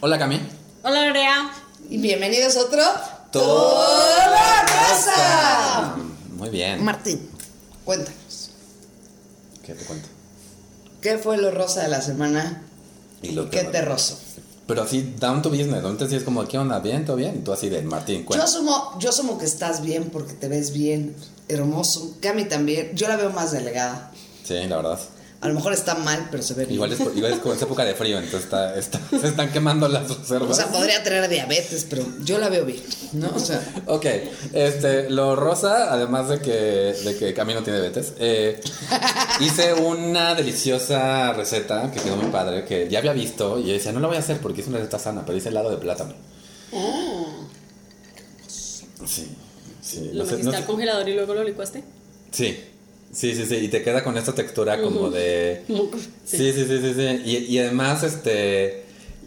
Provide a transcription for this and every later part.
Hola, Cami. Hola, Lorea. Y bienvenidos a otro Toda Raza. Ah. Muy bien. Martín, cuéntanos. ¿Qué te cuento? ¿Qué fue lo rosa de la semana? Y lo ¿Qué que- te rozó? Pero así, down to business. Entonces, sí es como, ¿qué onda? ¿Bien? ¿Todo bien? Y tú así de Martín, Yo cuenta. asumo, yo asumo que estás bien porque te ves bien, hermoso. Cami también. Yo la veo más delgada. Sí, la verdad. A lo mejor está mal, pero se ve bien. Igual es, igual es como es época de frío, entonces está, está- se están quemando las o reservas. sea, podría tener diabetes, pero yo la veo bien, ¿no? O sea, Ok, este, lo rosa, además de que, de que Camino tiene diabetes, eh, hice una deliciosa receta que quedó muy padre, que ya había visto y yo decía, no la voy a hacer porque es una receta sana, pero hice helado de plátano. Sí, sí. Ah, Lo no sé- metiste no al sé- congelador y luego lo licuaste. sí, sí, sí, sí, y te queda con esta textura como de... Sí, sí, sí, sí, sí. Y, y además, este,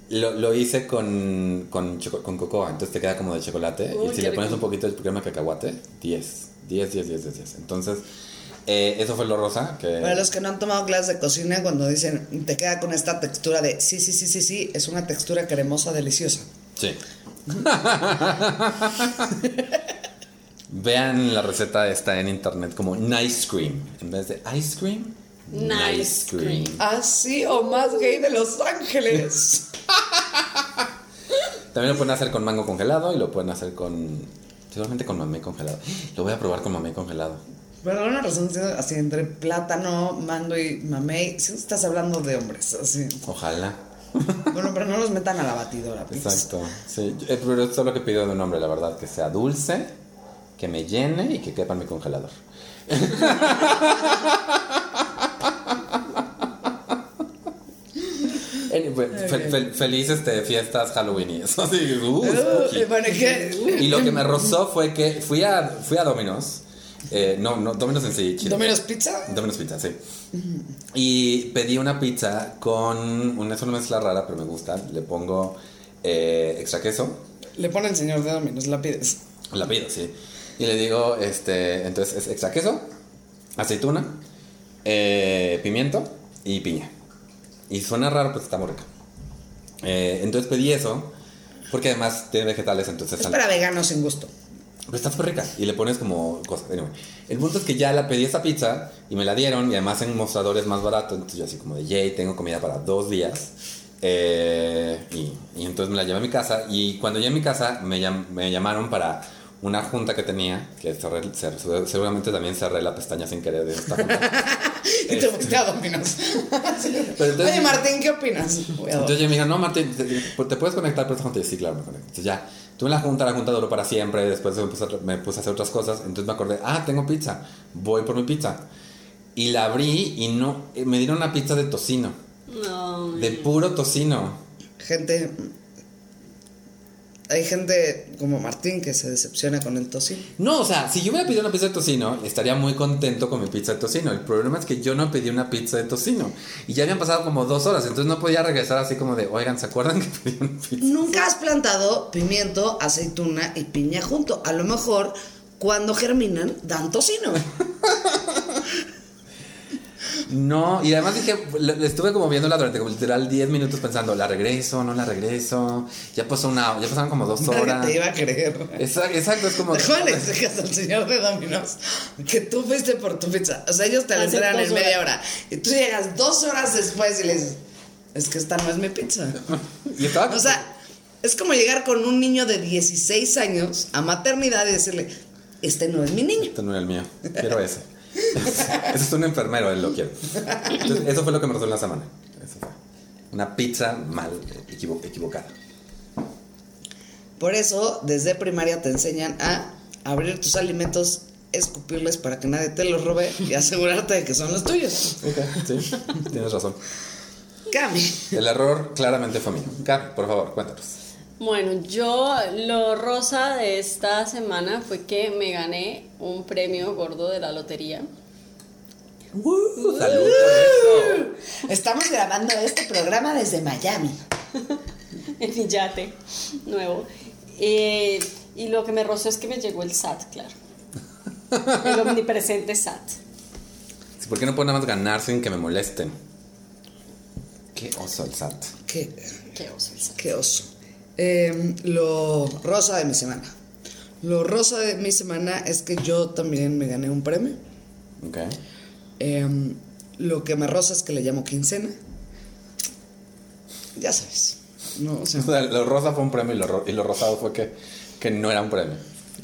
lo, lo hice con, con, choco- con cocoa, entonces te queda como de chocolate. Uy, y si qué le pones rico. un poquito de crema de cacahuate, 10, 10, 10, 10, 10, 10. Entonces, eh, eso fue lo rosa, que... para los que no han tomado clases de cocina, cuando dicen te queda con esta textura de sí, sí, sí, sí, sí, es una textura cremosa, deliciosa. Sí. Vean la receta, está en internet como nice cream. En vez de ice cream, Nice cream. Así o más gay de Los Ángeles. También lo pueden hacer con mango congelado y lo pueden hacer con... Seguramente con mamey congelado. Lo voy a probar con mamey congelado. Por alguna razón, siento así entre plátano, mango y mamey, siento que estás hablando de hombres, así. Ojalá. Bueno, pero no los metan a la batidora, pues. please. Exacto, sí. Yo- eh, Pero esto es lo que pido de un hombre, la verdad, que sea dulce, que me llene y que quepa en mi congelador. Eh, fe- fe- fe- feliz este, fiestas Halloween y eso. sí, uh, spooky. Uh, Eh, bueno, ¿qué? Y lo que me rozó fue que fui a, fui a Domino's. eh, no, no, Domino's en sí, Chile. ¿Domino's Pizza? Domino's Pizza, sí. Y pedí una pizza con. Una, es una mezcla rara, pero me gusta. Le pongo eh, extra queso. Le ponen señor de Domino's, la pides. La pido, sí. Y le digo, este. Entonces es extra queso, aceituna, eh, pimiento y piña. Y suena raro, pues está muy rica. Eh, entonces pedí eso. Porque además tiene vegetales, Es entonces están- para veganos sin gusto. pero está súper rica. Y le pones como cosas. Anyway, el punto es que ya la pedí esa pizza y me la dieron. Y además en mostradores más barato. Entonces yo así como de yay, tengo comida para dos días. Eh, y, y entonces me la llevé a mi casa. Y cuando llegué a mi casa me, llam- me llamaron para una junta que tenía. Que cerré- cer- seguramente también cerré la pestaña sin querer de esta junta. Y te fuiste a Domino's. entonces- Oye, Martín, ¿qué opinas? Voy a Entonces yo me dijeron, no, Martín, te, pues, te puedes conectar por esta junta. Y yo, sí, claro, me conecto. Entonces ya, tuve la junta, la junta duró para siempre. Después me puse, a, tra- me puse a hacer otras cosas. Entonces me acordé, ah, tengo pizza, voy por mi pizza. Y la abrí y no, eh, me dieron una pizza de tocino, No. de puro tocino. Gente... Hay gente como Martín que se decepciona con el tocino. No, o sea, si yo hubiera pedido una pizza de tocino, estaría muy contento con mi pizza de tocino. El problema es que yo no pedí una pizza de tocino. Y ya habían pasado como dos horas, entonces no podía regresar así como de, oigan, ¿se acuerdan que pedí una pizza? Nunca has plantado pimiento, aceituna y piña junto. A lo mejor cuando germinan dan tocino. No, y además dije, le, le estuve como viéndola durante como literal 10 minutos pensando, la regreso, no la regreso, ya pasó una, ya pasaron como dos Nadie horas. te iba a creer. Exacto, exacto, es como... ¿Cómo le explicas al señor de Dominos que tú fuiste por tu pizza? O sea, ellos te la Hace entregan dos en media hora. Y tú llegas dos horas después y le dices, es que esta no es mi pizza. Y estaba... O sea, es como llegar con un niño de 16 años a maternidad y decirle, este no es mi niño. Este no era el mío, quiero ese. Ese es un enfermero, él lo quiere. Entonces, eso fue lo que me resultó en la semana. Eso fue. Una pizza mal equivo- equivocada. Por eso, desde primaria te enseñan a abrir tus alimentos, escupirles para que nadie te los robe y asegurarte de que son los tuyos. Ok, sí, tienes razón. Cami. El error claramente fue mío. Cap, por favor, cuéntanos. Bueno, yo lo rosa de esta semana fue que me gané un premio gordo de la lotería. Salud por eso. Estamos grabando este programa desde Miami. en mi yate nuevo. Eh, y lo que me rozó es que me llegó el SAT, claro. El omnipresente SAT. Sí, ¿Por qué no puedo nada más ganar sin que me molesten? Qué oso el SAT. Qué, Qué oso el SAT. qué oso. Eh, lo rosa de mi semana. Lo rosa de mi semana es que yo también me gané un premio. Ok. Eh, lo que me rosa es que le llamo quincena. Ya sabes. No, o sea, O sea, lo rosa fue un premio y lo, ro- y lo rosado fue que, que no era un premio.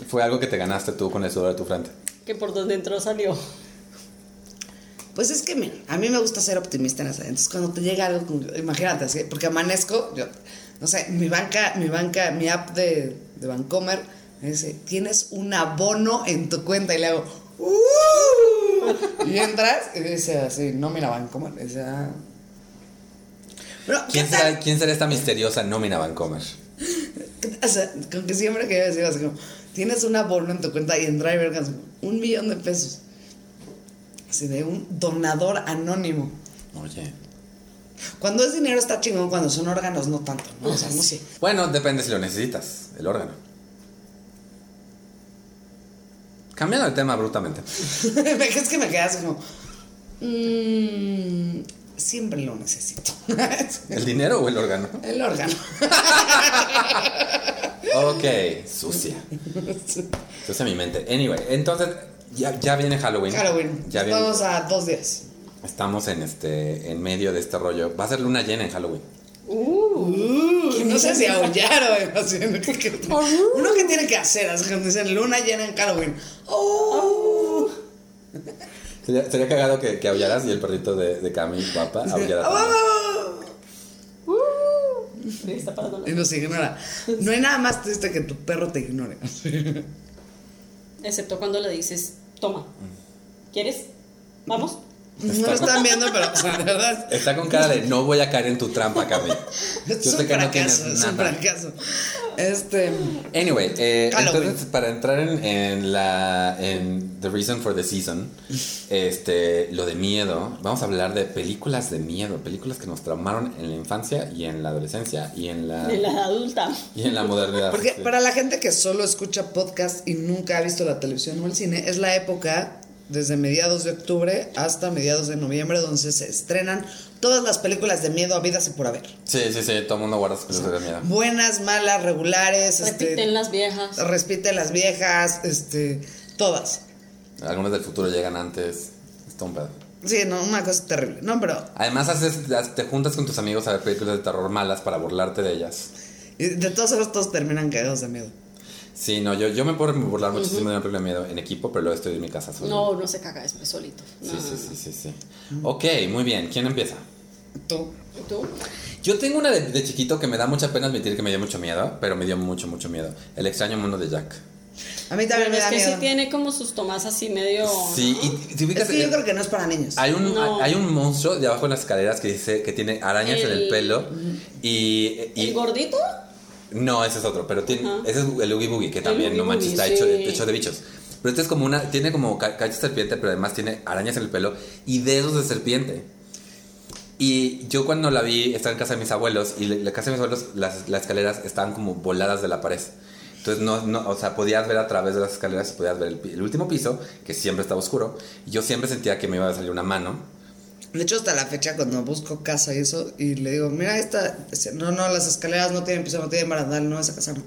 Fue algo que te ganaste tú con el sudor de tu frente. Que por donde entró salió. Pues es que, mira, a mí me gusta ser optimista en esa. Entonces, cuando te llega algo, como- imagínate, así, porque amanezco, yo, no sé, mi banca, mi banca, mi app de, de Bancomer me dice, tienes un abono en tu cuenta. Y le hago, ¡Uh! Y entras y dice así, no mira Bancomer. Y dice, ah. Pero, ¿qué ¿Quién tal? será, ¿Quién será esta misteriosa nómina Vancomer? O sea, con que siempre que yo decía así como, tienes un abono en tu cuenta y en Driver ganas un millón de pesos. Así de un donador anónimo. Oye. Cuando es dinero está chingón, cuando son órganos no tanto, ¿no? O sea, no sé. Bueno, depende si lo necesitas, el órgano. Cambiando el tema abruptamente. es que me quedas como. mm, siempre lo necesito. ¿El dinero o el órgano? El órgano. Ok, sucia. Sucia mi mente. Anyway, entonces ya, ya viene Halloween. Halloween. Ya viene. Vamos a dos días. Estamos en este en medio de este rollo. Va a ser luna llena en Halloween. Uh, Uh, no sé si aullar o algo así, ¿no? Que- que- Uno que tiene que hacer, así cuando dicen luna llena en Halloween. ¡Oh! Sería, sería cagado que, que aullaras y el perrito de, de Cami, guapa, aullara. también. ¡Oh! uh. Está para Y donde- nos ignora. No hay nada más triste que tu perro te ignore. Excepto cuando le dices, toma, ¿quieres? Mm. ¿Vamos? No lo están viendo, pero, o sea, de verdad. Está con cara de no voy a caer en tu trampa, Cami. Es Yo un sé que no tienes fracaso, es un nada. fracaso. Este, Anyway, eh, Halloween. entonces para entrar en, en la en The Reason for the Season, este, lo de miedo, vamos a hablar de películas de miedo, películas que nos traumaron en la infancia y en la adolescencia y en la De la adulta. y en la modernidad. porque Sí. para la gente que solo escucha podcast y nunca ha visto la televisión o el cine, es la época desde mediados de octubre hasta mediados de noviembre donde se estrenan todas las películas de miedo habidas y por haber. sí, sí, sí, todo el mundo guarda sus películas de miedo. Buenas, malas, regulares, Repiten este, las viejas. respite las viejas, este, todas. Algunas del futuro llegan antes. Está un pedo. Sí, no, una cosa terrible. No, pero Además haces, te juntas con tus amigos a ver películas de terror malas para burlarte de ellas. y de todas formas todos terminan cagados de miedo. Sí, no, yo, yo me puedo burlar muchísimo de una película de miedo en equipo, pero luego estoy en mi casa solo. No, no se caga después solito. No, Sí, no, sí, no. sí, sí, sí. Ok, muy bien. ¿Quién empieza? Tú. ¿Y tú? Yo tengo una de, de chiquito que me da mucha pena admitir que me dio mucho miedo, pero me dio mucho, mucho miedo. El extraño mundo de Jack. A mí también Pero me es da que miedo. sí tiene como sus tomas así medio. Sí, y- y si Es ubicas, que yo eh, creo que no es para niños. hay un, No. hay un monstruo de abajo en las escaleras que dice que tiene arañas en el El- pelo y, y- ¿El gordito? no, ese es otro, pero tiene, Ajá. ese es el Oogie Boogie que también Oogie no manches Boogie, está hecho, de, sí. hecho de bichos. Pero este es como una tiene como ca- cacha serpiente, pero además tiene arañas en el pelo y dedos de serpiente. Y yo cuando la vi, estaba en casa de mis abuelos y la la casa de mis abuelos, las, las escaleras estaban como voladas de la pared. Entonces, no, no, o sea, podías ver a través de las escaleras, podías ver el, pi- el último piso, que siempre estaba oscuro. Y yo siempre sentía que me iba a salir una mano. De hecho, hasta la fecha, cuando busco casa y eso, y le digo, mira, esta. dice, No, no, las escaleras no tienen piso, no tienen barandal, no, esa casa no.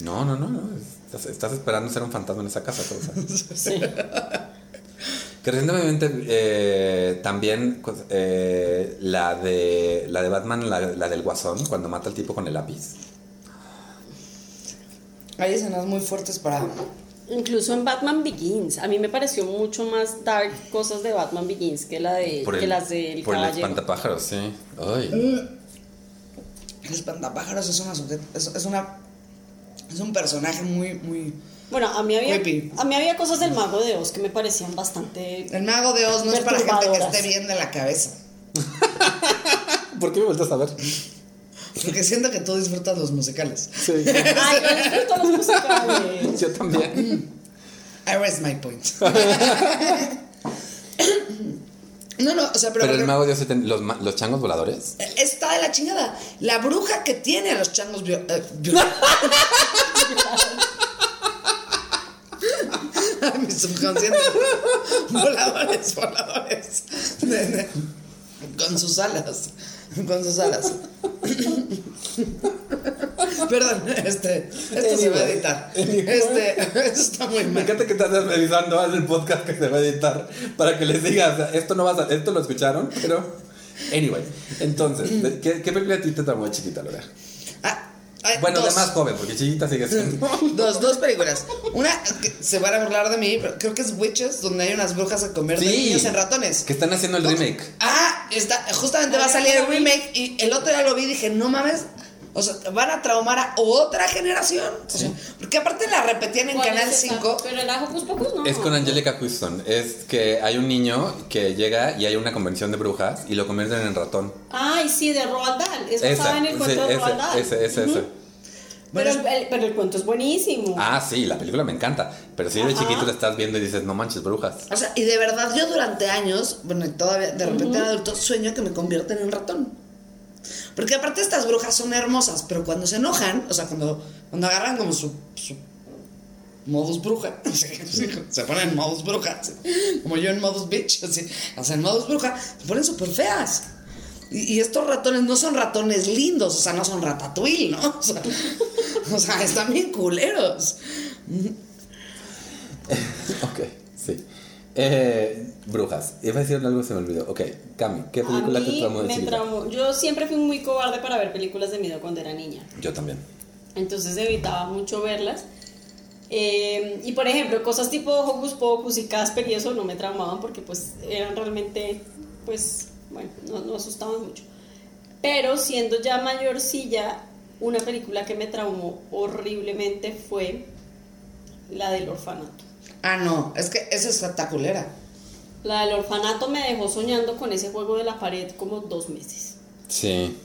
No, no, no, no. Estás, estás esperando ser un fantasma en esa casa. todo, o sea. Sí. Que recientemente eh, también pues, eh, la, de, la de Batman, la, la del guasón, cuando mata al tipo con el lápiz. Hay escenas muy fuertes para. Incluso en Batman Begins, a mí me pareció mucho más dark cosas de Batman Begins que, la de, Por Eh, que el, las del por el caballero. espantapájaros, sí. Ay. El espantapájaros es una sujeta- es, es una. Es un personaje muy, muy. Bueno, a mí, había, Creepy. a mí había cosas del Mago de Oz que me parecían bastante... El mago de Oz no es para gente que Perturbadoras. esté bien de la cabeza. Mm. ¿Por qué me vueltas a ver? Porque siento que tú disfrutas los musicales. Sí. ¡Ay, yo disfruto los musicales! Yo también. I rest my point. no, no, o sea, pero. Pero el mago de Dios, sí ten- los, ma- los changos voladores. Está de la chingada. La bruja que tiene a los changos vio- eh, vio- Ay, mi subconsciente. voladores, voladores. De- de- Con sus alas. Con sus alas. Perdón, este, esto se Anyway. va a editar. Anyway. Este, esto está muy Me mal. encanta que estás revisando el podcast que se va a editar para que les digas, esto no vas a, esto lo escucharon, pero... Anyway, entonces, ¿qué, qué película a ti te muy chiquita, Lora? Ah, ah, Bueno, dos. de más joven, porque chiquita sigue siendo... Dos, dos películas. Una que se van a burlar de mí, pero creo que es Witches, donde hay unas brujas a comer de niños en ratones. Que están haciendo el remake. Ah, está, justamente va a salir el remake y el otro día lo vi y dije, no mames. O sea, van a traumar a otra generación. O sea, porque aparte la repetían en ¿Cuál Canal es esa? 5. Pero era Hocus Pocus, no. Es con Angelica Houston. Es que hay un niño que llega y hay una convención de brujas y lo convierten en ratón. Ay, sí, de Roald Dahl. Es basada en el sí, cuento de Roald Dahl. ese, ese, ese, Ujú. ese. Pero, Bueno, el, el- pero el cuento es buenísimo. Ah, sí, la película me encanta. Pero si de Ajá. chiquito la estás viendo y dices, no manches, brujas. O sea, y de verdad yo durante años, bueno, y todavía de repente en adulto, sueño que me convierten en ratón. Porque aparte estas brujas son hermosas, pero cuando se enojan, o sea, cuando, cuando agarran como su, su modus bruja, sí, sí, se ponen en modus bruja, sí, como yo en modus bitch, así, o sea, en modus bruja, se ponen súper feas. Y, y estos ratones no son ratones lindos, o sea, no son ratatouille, ¿no? O sea, o sea, están bien culeros. Ok, sí. Eh, brujas. Iba a decir algo, se me olvidó. Ok, Cami, ¿qué A película te mí traumó de me chiquita? traumó. Yo siempre fui muy cobarde para ver películas de miedo cuando era niña. Yo también. Entonces evitaba mucho verlas. Eh, y por ejemplo, cosas tipo Hocus Pocus y Casper y eso no me traumaban porque pues eran realmente, pues, bueno, no, no asustaban mucho. Pero siendo ya mayorcilla, una película que me traumó horriblemente fue la del orfanato. Ah, no, es que esa es fataculera. La del orfanato me dejó soñando con ese juego de la pared como dos meses. Sí.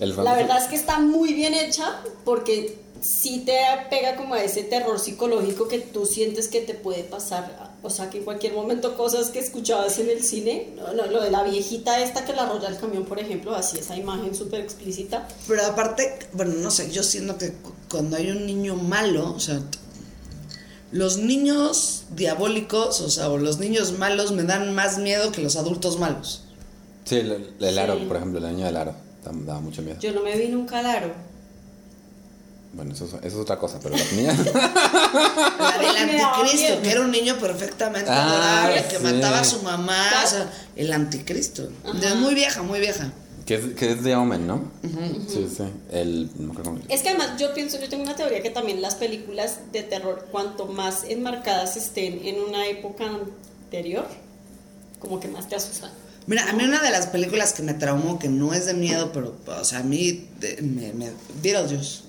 El La verdad es que está muy bien hecha porque sí te pega como a ese terror psicológico que tú sientes que te puede pasar. O sea, que en cualquier momento cosas que escuchabas en el cine, no, no, lo de la viejita esta que la arrolla el camión, por ejemplo, así esa imagen súper explícita. Pero aparte, bueno, no sé, yo siento que cu- cuando hay un niño malo, o sea, t- los niños diabólicos, o sea, o los niños malos me dan más miedo que los adultos malos. Sí, el, el- el Sí. aro, por ejemplo, el año del aro. Da- Daba mucho miedo. Yo no me vi nunca al aro. Bueno, eso, es- eso es otra cosa, pero la mía. La del Me daba anticristo, miedo. que era un niño perfectamente Ah, adorable, que sí. mataba a su mamá, o sea, el anticristo. De muy vieja, muy vieja. Que es, que es de Omen, ¿no? Sí, sí. El. No me acuerdo cómo- Es que además yo pienso, yo tengo una teoría que también las películas de terror, cuanto más enmarcadas estén en una época anterior, como que más te asustan. Mira, a mí una de las películas que me traumó, que no es de miedo, pero, o sea, a mí, de- me, me, Beetlejuice.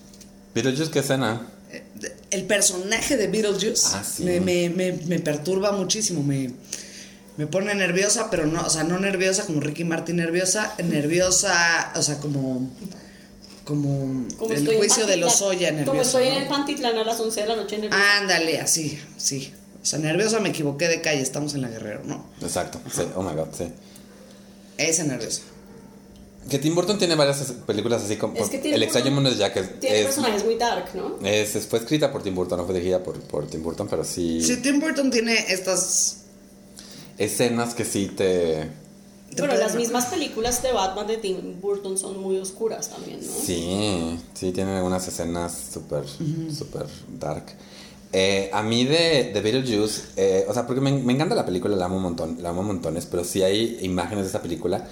Beetlejuice, ¿qué escena? Eh, el personaje de Beetlejuice Ah, sí. me, me- me- me perturba muchísimo, me, me pone nerviosa, pero no, o sea, no nerviosa como Ricky Martin nerviosa, nerviosa, o sea, como como, Como el estoy en juicio de Pantitlán- los Oya Como nerviosa. estoy en el ¿no? Pantitlán a las 11 de la noche en el Ah, Ándale, así, sí. O sea, nerviosa me equivoqué de calle, estamos en la Guerrero, ¿no? Exacto, sí. Oh my god, sí. Esa nerviosa. Que Tim Burton tiene varias as- películas así como. Es que Tim el Burton extraño mundo de Jack es. Tiene es, personajes muy dark, ¿no? es- fue escrita por Tim Burton, no fue dirigida por, por Tim Burton, pero sí. Si Tim Burton tiene estas... Escenas que sí te. te Pero pueden- las mismas películas de Batman de Tim Burton son muy oscuras también, ¿no? Sí, sí, tienen algunas escenas súper, súper dark. Eh, a mí de, de Beetlejuice, eh, o sea, porque me, me encanta la película, la amo un montón, la amo montones, pero sí hay imágenes de esa película.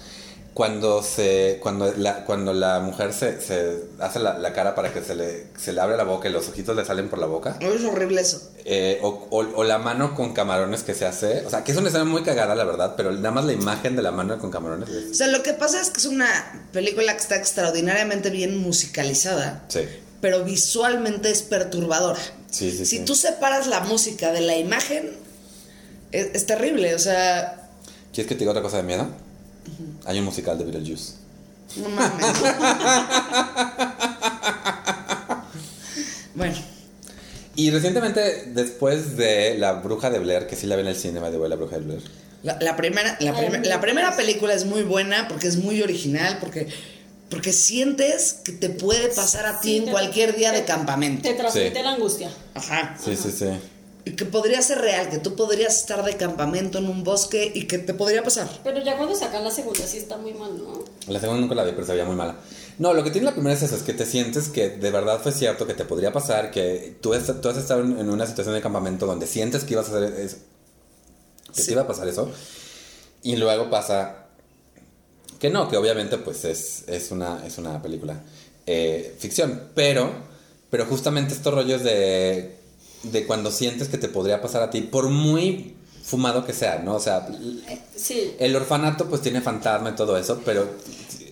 Cuando, se, cuando, la, cuando la mujer se, se hace la, la cara para que se le, se le abre la boca y los ojitos le salen por la boca. No, es horrible eso. Eh, o, o- o la mano con camarones que se hace. O sea, que es una escena muy cagada, la verdad, pero nada más la imagen de la mano con camarones. O es- sea, lo que pasa es que es una película que está extraordinariamente bien musicalizada. Sí. pero visualmente es perturbadora. Sí, sí, si sí. tú separas la música de la imagen, es, es terrible. O sea, ¿Quieres que te diga otra cosa de miedo? Hay un musical de Beetlejuice. no mames. bueno, Y recientemente, después de La Bruja de Blair, que sí la ven en el cine, by the way, La Bruja de Blair. la, la primera, la, Ay, primer- no. la primera película es muy buena porque es muy original, porque, porque sientes que te puede pasar a ti Sí, en te- cualquier día de te- campamento. Te transmite Sí. la angustia. Ajá. Sí, sí, sí. y que podría ser real, que tú podrías estar de campamento en un bosque y que te podría pasar. Pero ya cuando sacan la segunda sí está muy mal, ¿no? La segunda nunca la vi, pero se veía muy mala. No, lo que tiene la primera es eso, es que te sientes que de verdad fue cierto, que te podría pasar, que tú, es- tú has estado en en una situación de campamento donde sientes que ibas a hacer eso, que Sí. te iba a pasar eso, y luego pasa que no, que obviamente pues es, es, una, es una película eh, ficción, pero, pero justamente estos rollos de, de cuando sientes que te podría pasar a ti, por muy fumado que sea, ¿no? O sea, Sí. el orfanato pues tiene fantasma y todo eso, pero...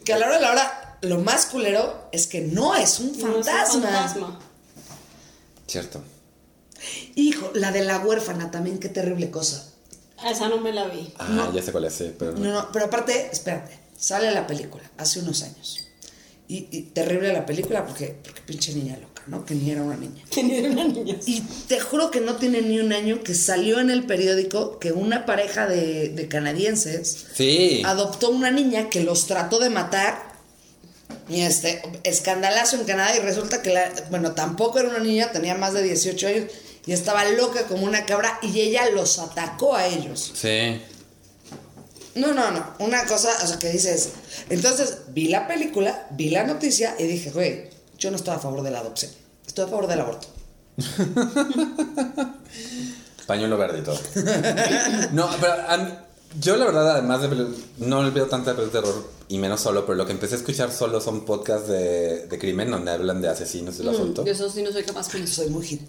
Que a la hora de la hora, lo más culero es que no es un No es un fantasma. fantasma. Cierto. Hijo, la de la huérfana también, qué terrible cosa. A esa no me la vi. Ah, No. ya sé cuál es, sí, pero no. No, no, pero aparte, espérate, sale la película hace unos años. Y, y terrible la película porque, porque pinche niña loca, ¿no? Que ni era una niña. Que ni era una niña. Y te juro que no tiene ni un año que salió en el periódico que una pareja de, de canadienses Sí. adoptó una niña que los trató de matar. Y este, escandalazo en Canadá y resulta que la, bueno, tampoco era una niña, tenía más de 18 años y estaba loca como una cabra y ella los atacó a ellos. Sí. No, no, no. Una cosa, o sea, que dices. Entonces, vi la película, vi la noticia y dije, güey, yo no estoy a favor de la adopción. Estoy a favor del aborto. Pañuelo verde y todo. no, pero a mí- yo la verdad, además de pelu- no le veo tanta película de terror y menos solo, pero lo que empecé a escuchar solo son podcasts de, de crimen donde hablan de asesinos y Mm, Mm, el asunto. Yo eso sí no soy capaz con eso. Soy muy hit-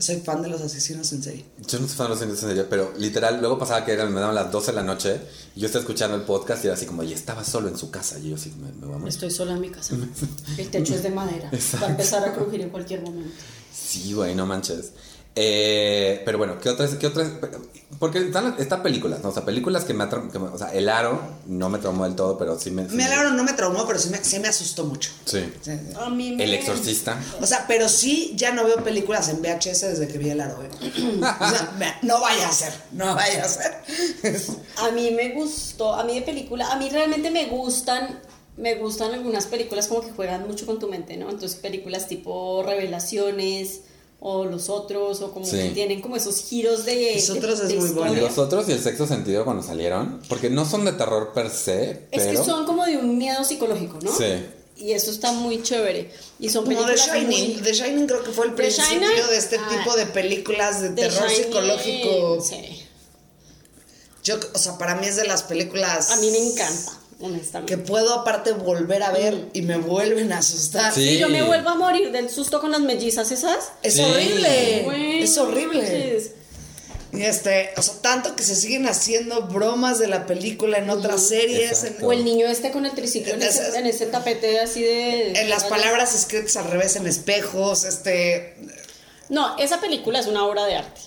soy fan de los asesinos en serie. Yo no soy fan de los asesinos en serio, pero literal, luego pasaba que eran, me daban las 12 de la noche y yo estaba escuchando el podcast y era así como, y estaba solo en su casa. Y yo así, me, me voy a morir. Estoy sola en mi casa. El techo es de madera. Va a empezar a crujir en cualquier momento. Sí, güey, no manches. Eh, pero bueno, ¿qué otras? Qué otras porque están, están películas, ¿no? O sea, películas que me, atraum- que me- O sea, El Aro no me traumó del todo, pero sí me... sí Me hablaron, no me traumó, pero sí me, sí me asustó mucho. Sí. Sí, sí. A mí me- El Exorcista. O sea, pero sí ya no veo películas en VHS desde que vi el aro. ¿eh? O sea, me- no vaya a ser, no vaya a ser. A mí me gustó, a mí de película, a mí realmente me gustan, me gustan algunas películas como que juegan mucho con tu mente, ¿no? Entonces películas tipo Revelaciones o Los Otros o como Sí. que tienen como esos giros de... Los de- Otros de es muy bueno. Y historia. los otros y el sexto sentido cuando salieron, porque no son de terror per se, Es pero... que son como de un miedo psicológico, ¿no? Sí. Y eso está muy chévere. Y son Como The películas Shining. muy- The Shining creo que fue el The principio Shining, de este ah, tipo de películas de The terror Shining, psicológico. sí. Yo, o sea, para mí es de las películas. A mí me encanta, honestamente. Que puedo aparte volver a ver y me vuelven a asustar. Sí. Si yo me vuelvo a morir del susto con las mellizas esas. Es Sí. horrible. güey, Eh, es horrible. manches. Y este, o sea, tanto que se siguen haciendo bromas de la película en otras series, en, Exacto. O el niño este con el triciclo en Esas- ese, en ese tapete así de... en las palabras escritas al revés en espejos, este, No, esa película es una obra de arte.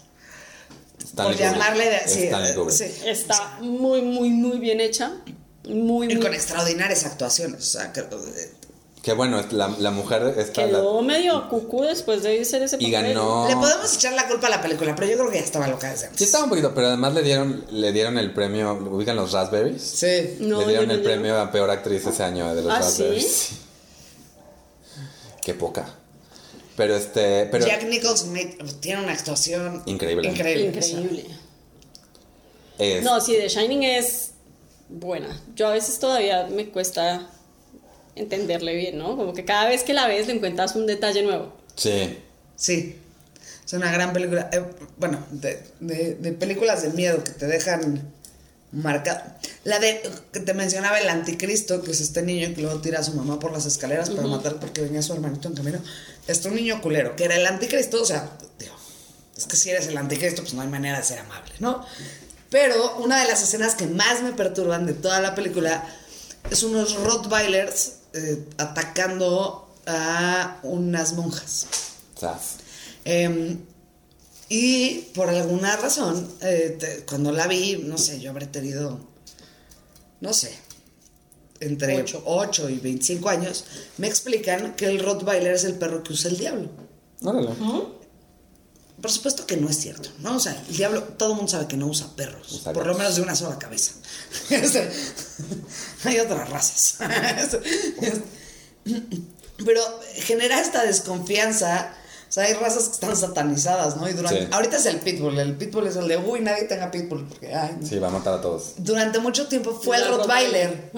Stanley por llamarle de Kubrick. sí, Stanley Kubrick. sí. Está muy, muy, muy bien hecha. Muy, Y muy... con extraordinarias actuaciones. O sea, que, eh, Que bueno, es la, la mujer está... la- Quedó medio cucú después de hacer ese y papel. ganó... le podemos echar la culpa a la película, pero yo creo que ya estaba loca desde antes. Sí, estaba un poquito, pero además le dieron, le dieron el premio, ubican los Raspberries. Sí. No, le dieron yo no el leo. premio a peor actriz ese año eh, de los ¿Ah, Raspberries. sí? Qué poca. Pero este. Pero Jack Nicholson me- tiene una actuación Increíble. Increíble. o sea. Increíble. es- No, sí, The Shining es buena. Yo a veces todavía me cuesta entenderle bien, ¿no? Como que cada vez que la ves le encuentras un detalle nuevo. Sí. Sí, es una gran película. Eh, bueno, de, de- de películas de miedo que te dejan marcado. La de que te mencionaba el anticristo, que es este niño que luego tira a su mamá por las escaleras para matar porque venía su hermanito en camino. Este un niño culero, que era el anticristo, o sea, digo, es que si eres el anticristo, pues no hay manera de ser amable, ¿no? Pero una de las escenas que más me perturban de toda la película es unos Rottweilers eh, atacando a unas monjas. Zas. Em, y por alguna razón, eh, te- cuando la vi, no sé, yo habré tenido, no sé, entre 8 y 25 años, me explican que el Rottweiler es el perro que usa el diablo. Órale. Por supuesto que no es cierto, ¿no? O sea, el diablo, todo el mundo sabe que no usa perros, Usa por lo gatos. menos de una sola cabeza. Este, Hay otras razas. Este, Pero genera esta desconfianza. sea, hay razas que están satanizadas, ¿no? Y durante, Sí. ahorita es el pitbull, el pitbull es el de, uy, nadie tenga pitbull, porque, ay, no. Sí, va a matar a todos. Durante mucho tiempo fue el El Rottweiler.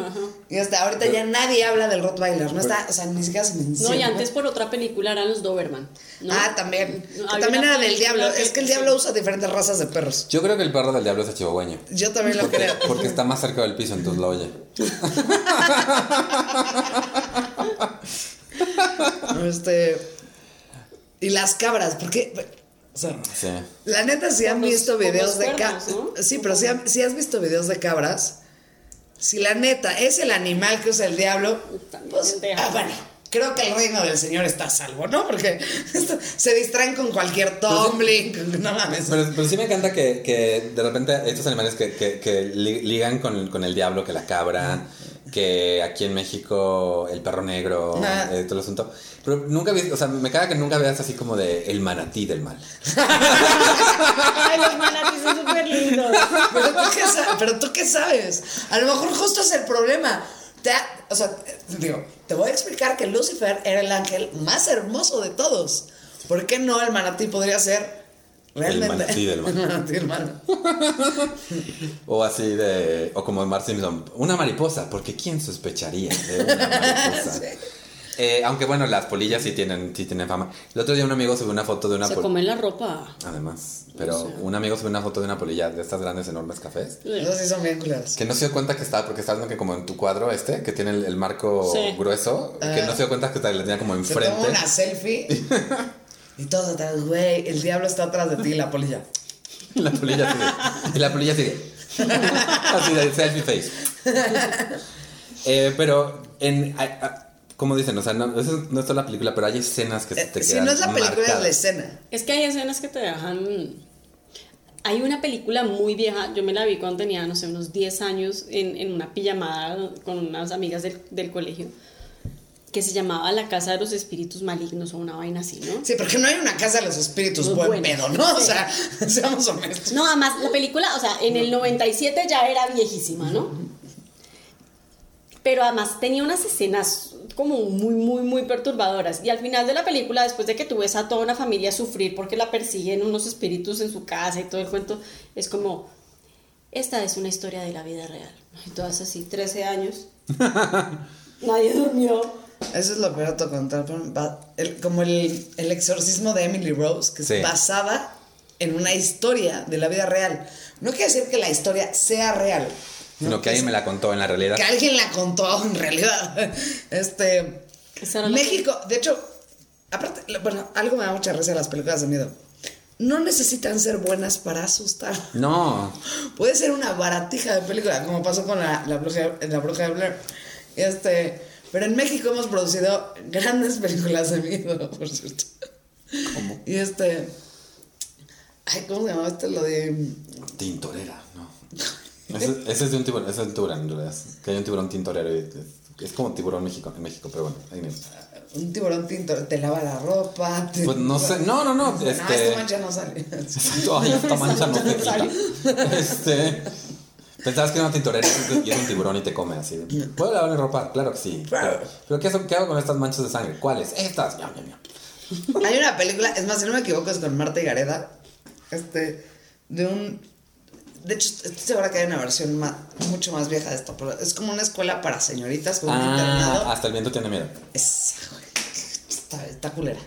Y hasta ahorita ya nadie habla del Rottweiler. No está, o sea, ni siquiera se menciona. No, y antes por otra película eran los Doberman. ¿no? Ah, también. Que Había también una era del película diablo. Es que el diablo usa diferentes razas de perros. Yo creo que el perro del diablo es el chihuahueño. Yo también lo Porque, creo. porque está más cerca del piso, entonces lo oye. Este. Y las cabras, porque. O sea, Sí. la neta, si han los- visto con los videos de cabras. cuernos, ¿no? Sí, pero si, han- si has visto videos de cabras, si la neta es el animal que usa el diablo, También pues. deja. Ah, bueno. Creo que el reino del señor está a salvo, ¿no? Porque esto- se distraen con cualquier tumbling. con- No mames. Pero, pero sí me encanta que, que de repente estos animales que, que- que li- ligan con, con el diablo, que la cabra, que aquí en México el perro negro, Ah. eh, todo el asunto. Pero nunca vi, o sea, me caga que nunca veas así como de el manatí del mal. Ay, los manatis son súper lindos. Pero tú, qué sa- pero tú qué sabes. A lo mejor justo es el problema. Te ha- o sea, eh, digo, te voy a explicar que Lucifer era el ángel más hermoso de todos. ¿Por qué no el manatí podría ser realmente? manatí del mal. El manatí del mal. O así de, o como en Mark Simpson, una mariposa, porque ¿quién sospecharía de una mariposa? Eh, aunque bueno, las polillas sí tienen, sí tienen fama. El otro día un amigo subió una foto de una Se pol- comen la ropa. Además, pero un amigo subió una foto de una polilla de estas grandes, enormes cafés. Esos sí son bien culeros. Que no se dio cuenta que estaba, porque estaba viendo que como en tu cuadro este, que tiene el, el marco Sí. grueso, que Ah. no se dio cuenta que la tenía como Se toma enfrente. una selfie y todos atrás, güey, el diablo está atrás de ti, la polilla. Y la polilla sigue. Y la polilla sigue. Así de selfie face. Eh, pero, en, a- a- como dicen, o sea, no, eso no es toda la película, pero hay escenas que se te Eh, quedan si no es la película, es la marcadas. escena. Es que hay escenas que te dejan. Hay una película muy vieja, yo me la vi cuando tenía, no sé, unos 10 años en, en una pijamada con unas amigas del, del colegio, que se llamaba La Casa de los Espíritus Malignos o una vaina así, ¿no? Sí, porque no hay una casa de los espíritus Muy buen buena. pedo, ¿no? O Sí. sea, seamos honestos. No, además, la película, o sea, en el 97 ya era viejísima, ¿no? Pero además tenía unas escenas como muy, muy, muy perturbadoras. Y al final de la película, después de que tú ves a toda una familia sufrir porque la persiguen unos espíritus en su casa y todo el cuento, es como, esta es una historia de la vida real. Y todas así, 13 años. Nadie durmió. Eso es lo peor de contar. pero va- el- como el, el exorcismo de Emily Rose, que Sí. es basada en una historia de la vida real. No quiere decir que la historia sea real. ¿no? Sino que alguien me la contó en la realidad. Que alguien la contó en realidad. Este. Esa era la- México, de hecho, aparte, lo- bueno, algo me da mucha risa de las películas de miedo. No necesitan ser buenas para asustar. No, Puede ser una baratija de película, como pasó con la, la, bruja, la bruja de Blair. Este, pero en México hemos producido grandes películas de miedo, por cierto. Y este. Ay, ¿cómo se llamaba este? Lo de. tintorera, no. Ese, ese es de un tiburón, ese es un tiburón, en realidad. Que hay un tiburón tintorero. y es, es como tiburón México, en México, pero bueno. ahí mismo. Un tiburón tinto, te lava la ropa. Te, Pues no sé, no, no, no. Este, No, este mancha no sale. Exacto, ay, esta mancha no se quita. Este. Pensabas que era una tintorera y es un tiburón y te come así. ¿Puedo lavar mi ropa? Claro que sí. Pero, pero ¿qué, hago- qué hago con estas manchas de sangre? ¿Cuáles? Estas. Miau, miau, miau. Hay una película, es más, si no me equivoco, es con Marta y Gareda. Este, de un. De hecho, estoy segura que hay una versión ma- mucho más vieja de esto, pero es como una escuela para señoritas, como un Ah, internado. hasta el viento tiene miedo. Es- está, está culera.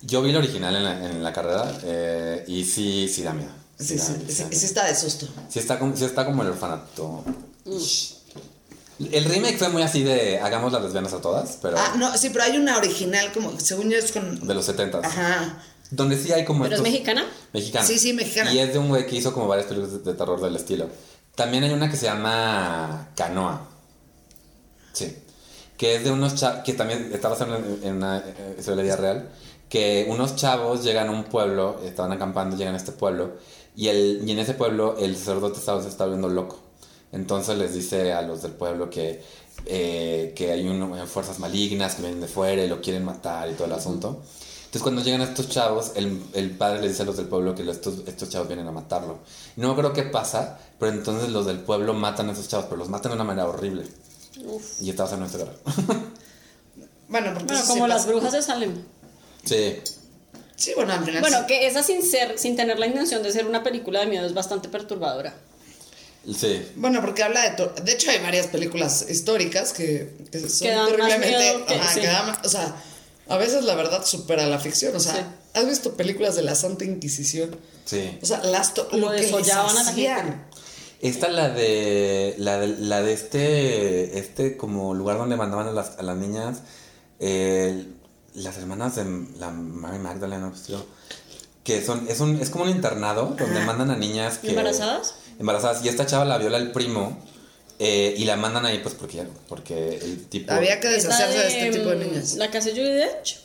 Yo vi el original en la, en la carrera eh, y sí, sí da miedo. Sí, da sí, miedo, sí, da miedo. sí está de susto. Sí está como, sí está como el orfanato. Mm. El remake fue muy así de hagamos las lesbianas a todas, pero Ah, no, sí, pero hay una original, como, según yo, es con. de los 70 Ajá. Donde sí hay como Pero es estos- mexicana. Mexicana. Sí, sí, mexicana. Y es de un güey que hizo como varias películas de, de terror del estilo. También hay una que se llama Canoa. Sí. Que es de unos chavos, que también está basado en, en una eh, historia de la vida real, que unos chavos llegan a un pueblo, estaban acampando, llegan a este pueblo, y, el, y en ese pueblo el sacerdote estaba, se está volviendo loco. Entonces les dice a los del pueblo que, eh, que hay uno- eh, fuerzas malignas que vienen de fuera y lo quieren matar y todo el asunto. Entonces cuando llegan estos chavos, el, el padre le dice a los del pueblo que los- estos, estos chavos vienen a matarlo. No creo que pasa, pero entonces los del pueblo matan a esos chavos, pero los matan de una manera horrible. Uf. Y estabas en nuestro hogar. Bueno, porque Bueno, eso sí como las pasa. brujas de Salem. Sí. Sí, bueno, al final. Bueno, sí. que esa sin ser, sin tener la intención de ser una película de miedo es bastante perturbadora. Sí. Bueno, porque habla de. to- De hecho, hay varias películas históricas que, que son Que dan más terriblemente. miedo que- ajá, sí. que dan más- o sea, a veces la verdad supera la ficción. O sea, Sí. ¿has visto películas de la Santa Inquisición? Sí. O sea, las to- Como lo que les desollaban a la gente. hacían. Esta la de la de, la de este este como lugar donde mandaban a las, a las niñas eh, las hermanas de la Mary Magdalene ¿no? Pues, yo, que son es un es como un internado donde mandan a niñas que ¿Embarazadas? embarazadas y esta chava la viola el primo eh, y la mandan ahí pues porque porque el tipo Había que deshacerse de Esta este tipo de mm, niñas. La casa de Judy Dench,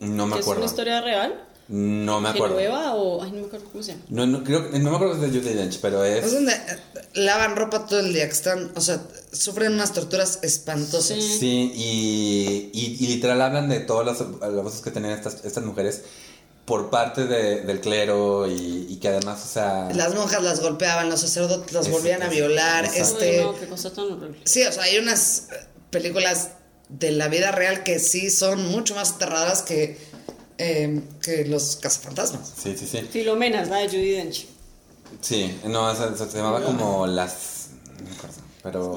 no me que es una acuerdo historia real, no me que acuerdo nueva o... Ay, no me acuerdo cómo se llama. no, no creo que- no me acuerdo que es de Judy Dench pero Es es donde eh, lavan ropa todo el día, que están, o sea, sufren unas torturas espantosas. Sí. Sí, y, y- y literal hablan de todos los abusos que tenían estas, estas mujeres por parte de- del clero y, y que además, o sea... Las monjas las golpeaban, los sacerdotes las Es- volvían a es- violar, exacto. este... Ay, no, qué cosa tan horrible. Sí, o sea, hay unas eh, películas de la vida real que sí son mucho más aterradoras que, eh, que los cazafantasmas. Sí, sí, sí. Filomena es la de Judy Dench. Sí, no, se, se- se llamaba como las... No me acuerdo,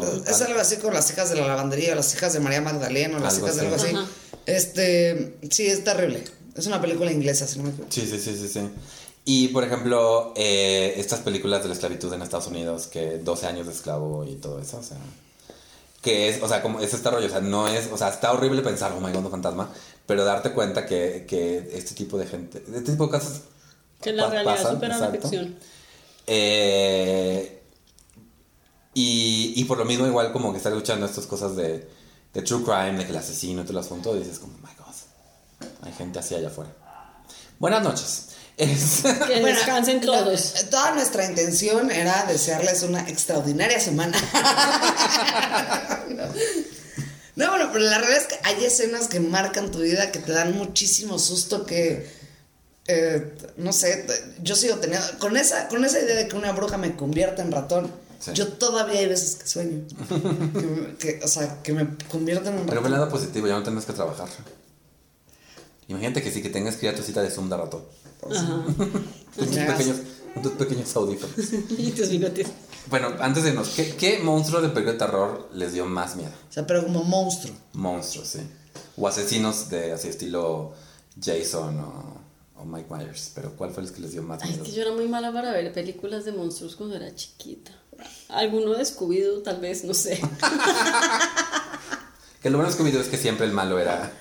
pero... Es algo así como las hijas de la lavandería, o las hijas de María Magdalena, o las Algo hijas de algo así. así. Ajá. Este, sí, es terrible. Es una película inglesa, si no me equivoco. Sí, sí, sí, sí, sí. Y, por ejemplo, eh, estas películas de la esclavitud en Estados Unidos, que 12 años de esclavo y todo eso, o sea... Que es, o sea, como es este rollo, o sea, no es, o sea, está horrible pensar, oh my god, un fantasma, pero darte cuenta que, que este tipo de gente, este tipo de casos Que la pa- realidad pasan, supera la exacto. ficción. Eh, y, y por lo mismo, igual como que estar escuchando estas cosas de, de true crime, de que el asesino y todo el asunto, y dices como, my God, hay gente así allá afuera. Buenas noches. Es- Que Bueno, descansen la- todos. toda nuestra intención era desearles una extraordinaria semana. no. bueno, pero la realidad es que hay escenas que marcan tu vida, que te dan muchísimo susto, que eh, no sé, t- yo sigo teniendo, con esa, con esa idea de que una bruja me convierta en ratón, Sí. yo todavía hay veces que sueño, que, me- que, o sea, que me convierten en Pero ve ratón. el lado positivo, ya no tienes que trabajar. Imagínate que sí, que tengas que ir a tu cita de Zoom de rato. Ajá. Con tus Ya. pequeños, con tus pequeños audífonos. Y tus bigotes. Bueno, antes de irnos, ¿qué, qué monstruo de película de terror les dio más miedo? O sea, pero como monstruo. Monstruos, sí. O asesinos de así estilo Jason o, o Mike Myers. Pero ¿cuál fue el que les dio más Ay, es miedo? que yo era muy mala para ver películas de monstruos cuando era chiquita. Alguno de Scooby-Doo, tal vez, no sé. Que lo bueno de Scooby-Doo es que siempre el malo era.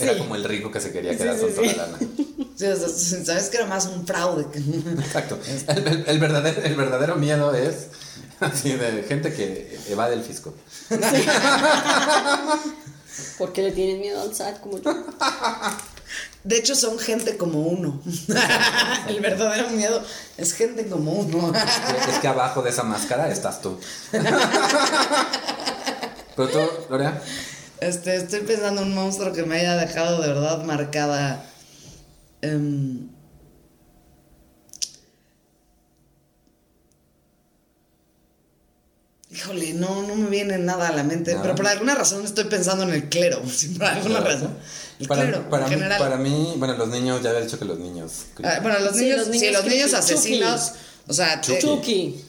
Era como el rico que se quería quedar sí, con toda sí. la lana. Sí, o sea, Sabes que era más un fraude que Exacto. El, el- el verdadero, el verdadero miedo es así de gente que evade el fisco. Porque le tienen miedo al SAT como yo. De hecho, son gente como uno. El verdadero miedo es gente como uno. Es que abajo de esa máscara estás tú. Pero tú, Lorea, Este, estoy pensando en un monstruo que me haya dejado de verdad marcada. em, Híjole, no, no me viene nada a la mente. Nada. Pero por alguna razón estoy pensando en el clero. sí, por alguna Claro. razón. El para, clero, para en mí, general. para mí, bueno, los niños, ya había dicho que los niños. Ah, bueno, los Sí, niños, los sí, niños los niños creepy. asesinos. O sea, te- Chucky.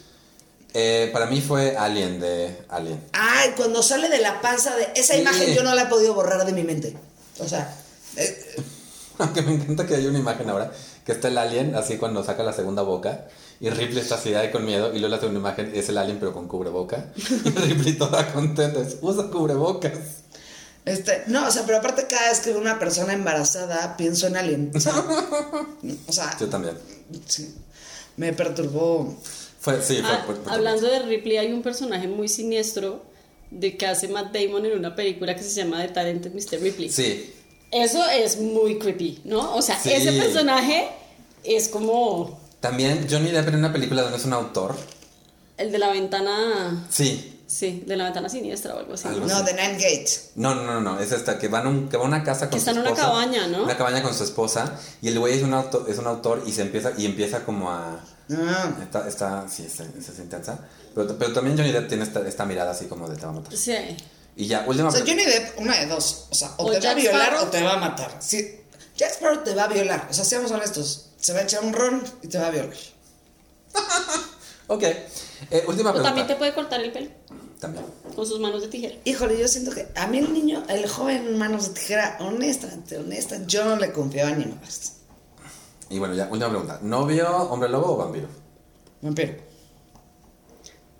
Eh, para mí fue Alien de Alien. Ay, cuando sale de la panza de. Esa Sí. imagen yo no la he podido borrar de mi mente. O sea, eh, Aunque me encanta que hay una imagen ahora que está el alien así cuando saca la segunda boca y Ripley está así ay, con miedo y luego la segunda imagen es el alien pero con cubreboca y Ripley toda contenta es, usa cubrebocas. este, no, o sea, pero aparte cada vez que veo una persona embarazada pienso en alguien. O sea, o sea, Yo también. sí, me perturbó. Fue, sí, fue. Ah, por- por- hablando de Ripley, hay un personaje muy siniestro de que hace Matt Damon en una película que se llama The Talented Mr. Ripley. Sí, Eso es muy creepy, ¿no? O sea, Sí. ese personaje es como también Johnny Depp en una película donde es un autor. el de la ventana. Sí. Sí, de la ventana siniestra o algo así. Algo. No, The Nine Gate. No, no, no, no, es esta, que van a, un- que va a una casa con Que su está en una esposa, cabaña, ¿no? Una cabaña con su esposa y el güey es un, auto- es un autor y se empieza, y empieza como a... No. Está, está, sí, esa esa es intensa. Pero, pero también Johnny Depp tiene esta, esta mirada así como de te va a matar. Sí. Y ya, última O sea, pregunta. Johnny Depp, una de dos. O sea, o, O te va a Jack violar Sparrow. o te va a matar. Sí. Jack Sparrow te va a violar. O sea, seamos honestos. Se va a echar un ron y te va a violar. Ok. Eh, última O pregunta. también te puede cortar el pelo También. con sus manos de tijera. Híjole, yo siento que a mí el niño, el joven manos de tijera, honestamente, honesta, yo no le confiaba ni más. Y bueno, ya, última pregunta. ¿Novio, hombre lobo o vampiro? Vampiro.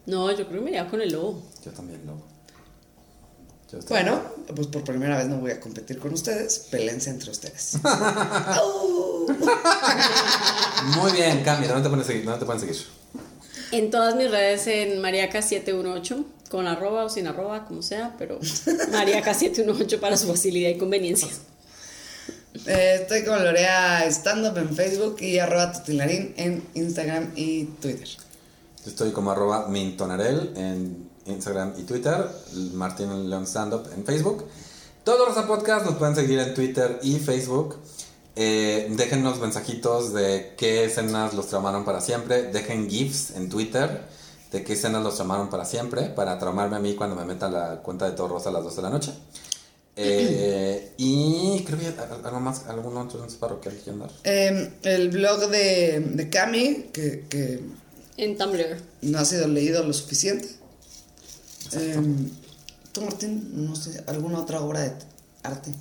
No, yo creo que me iría con el lobo. Yo también, lobo. Yo estoy- Bueno, pues por primera vez no voy a competir con ustedes. Pelense entre ustedes. ¡Au! Muy bien, Cami, ¿dónde te pueden seguir? ¿Dónde te pueden seguir? En todas mis redes en mariaca718, con arroba o sin arroba, como sea, pero mariaca718 para su facilidad y conveniencia. Eh, estoy con Lorea Stand Up en Facebook y arroba tutilarín en Instagram y Twitter. Yo estoy como arroba mintonarel en Instagram y Twitter, Martín León Standup en Facebook. Todos los Rosa Podcast nos pueden seguir en Twitter y Facebook. Eh, déjennos mensajitos de qué escenas los traumaron para siempre. Dejen GIFs en Twitter de qué escenas los traumaron para siempre para traumarme a mí cuando me meta la cuenta de Todo Rosa a las 2 de la noche. Eh, y creo que ya- algo más, algún otro disparo que hay que andar. Eh, el blog de, de Cami, que, que En Tumblr. no ha sido leído lo suficiente. Eh, Tú, Martín, no sé, alguna otra obra de arte.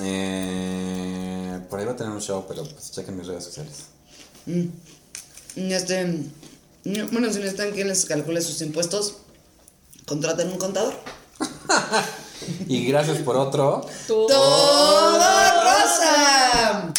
Eh, por ahí va a tener un show, pero pues chequen mis redes sociales. Mm. Y Este, mm, bueno, si necesitan quien les calcule sus impuestos, contraten un contador. Y gracias por otro. Todo. ¡Todo rosa!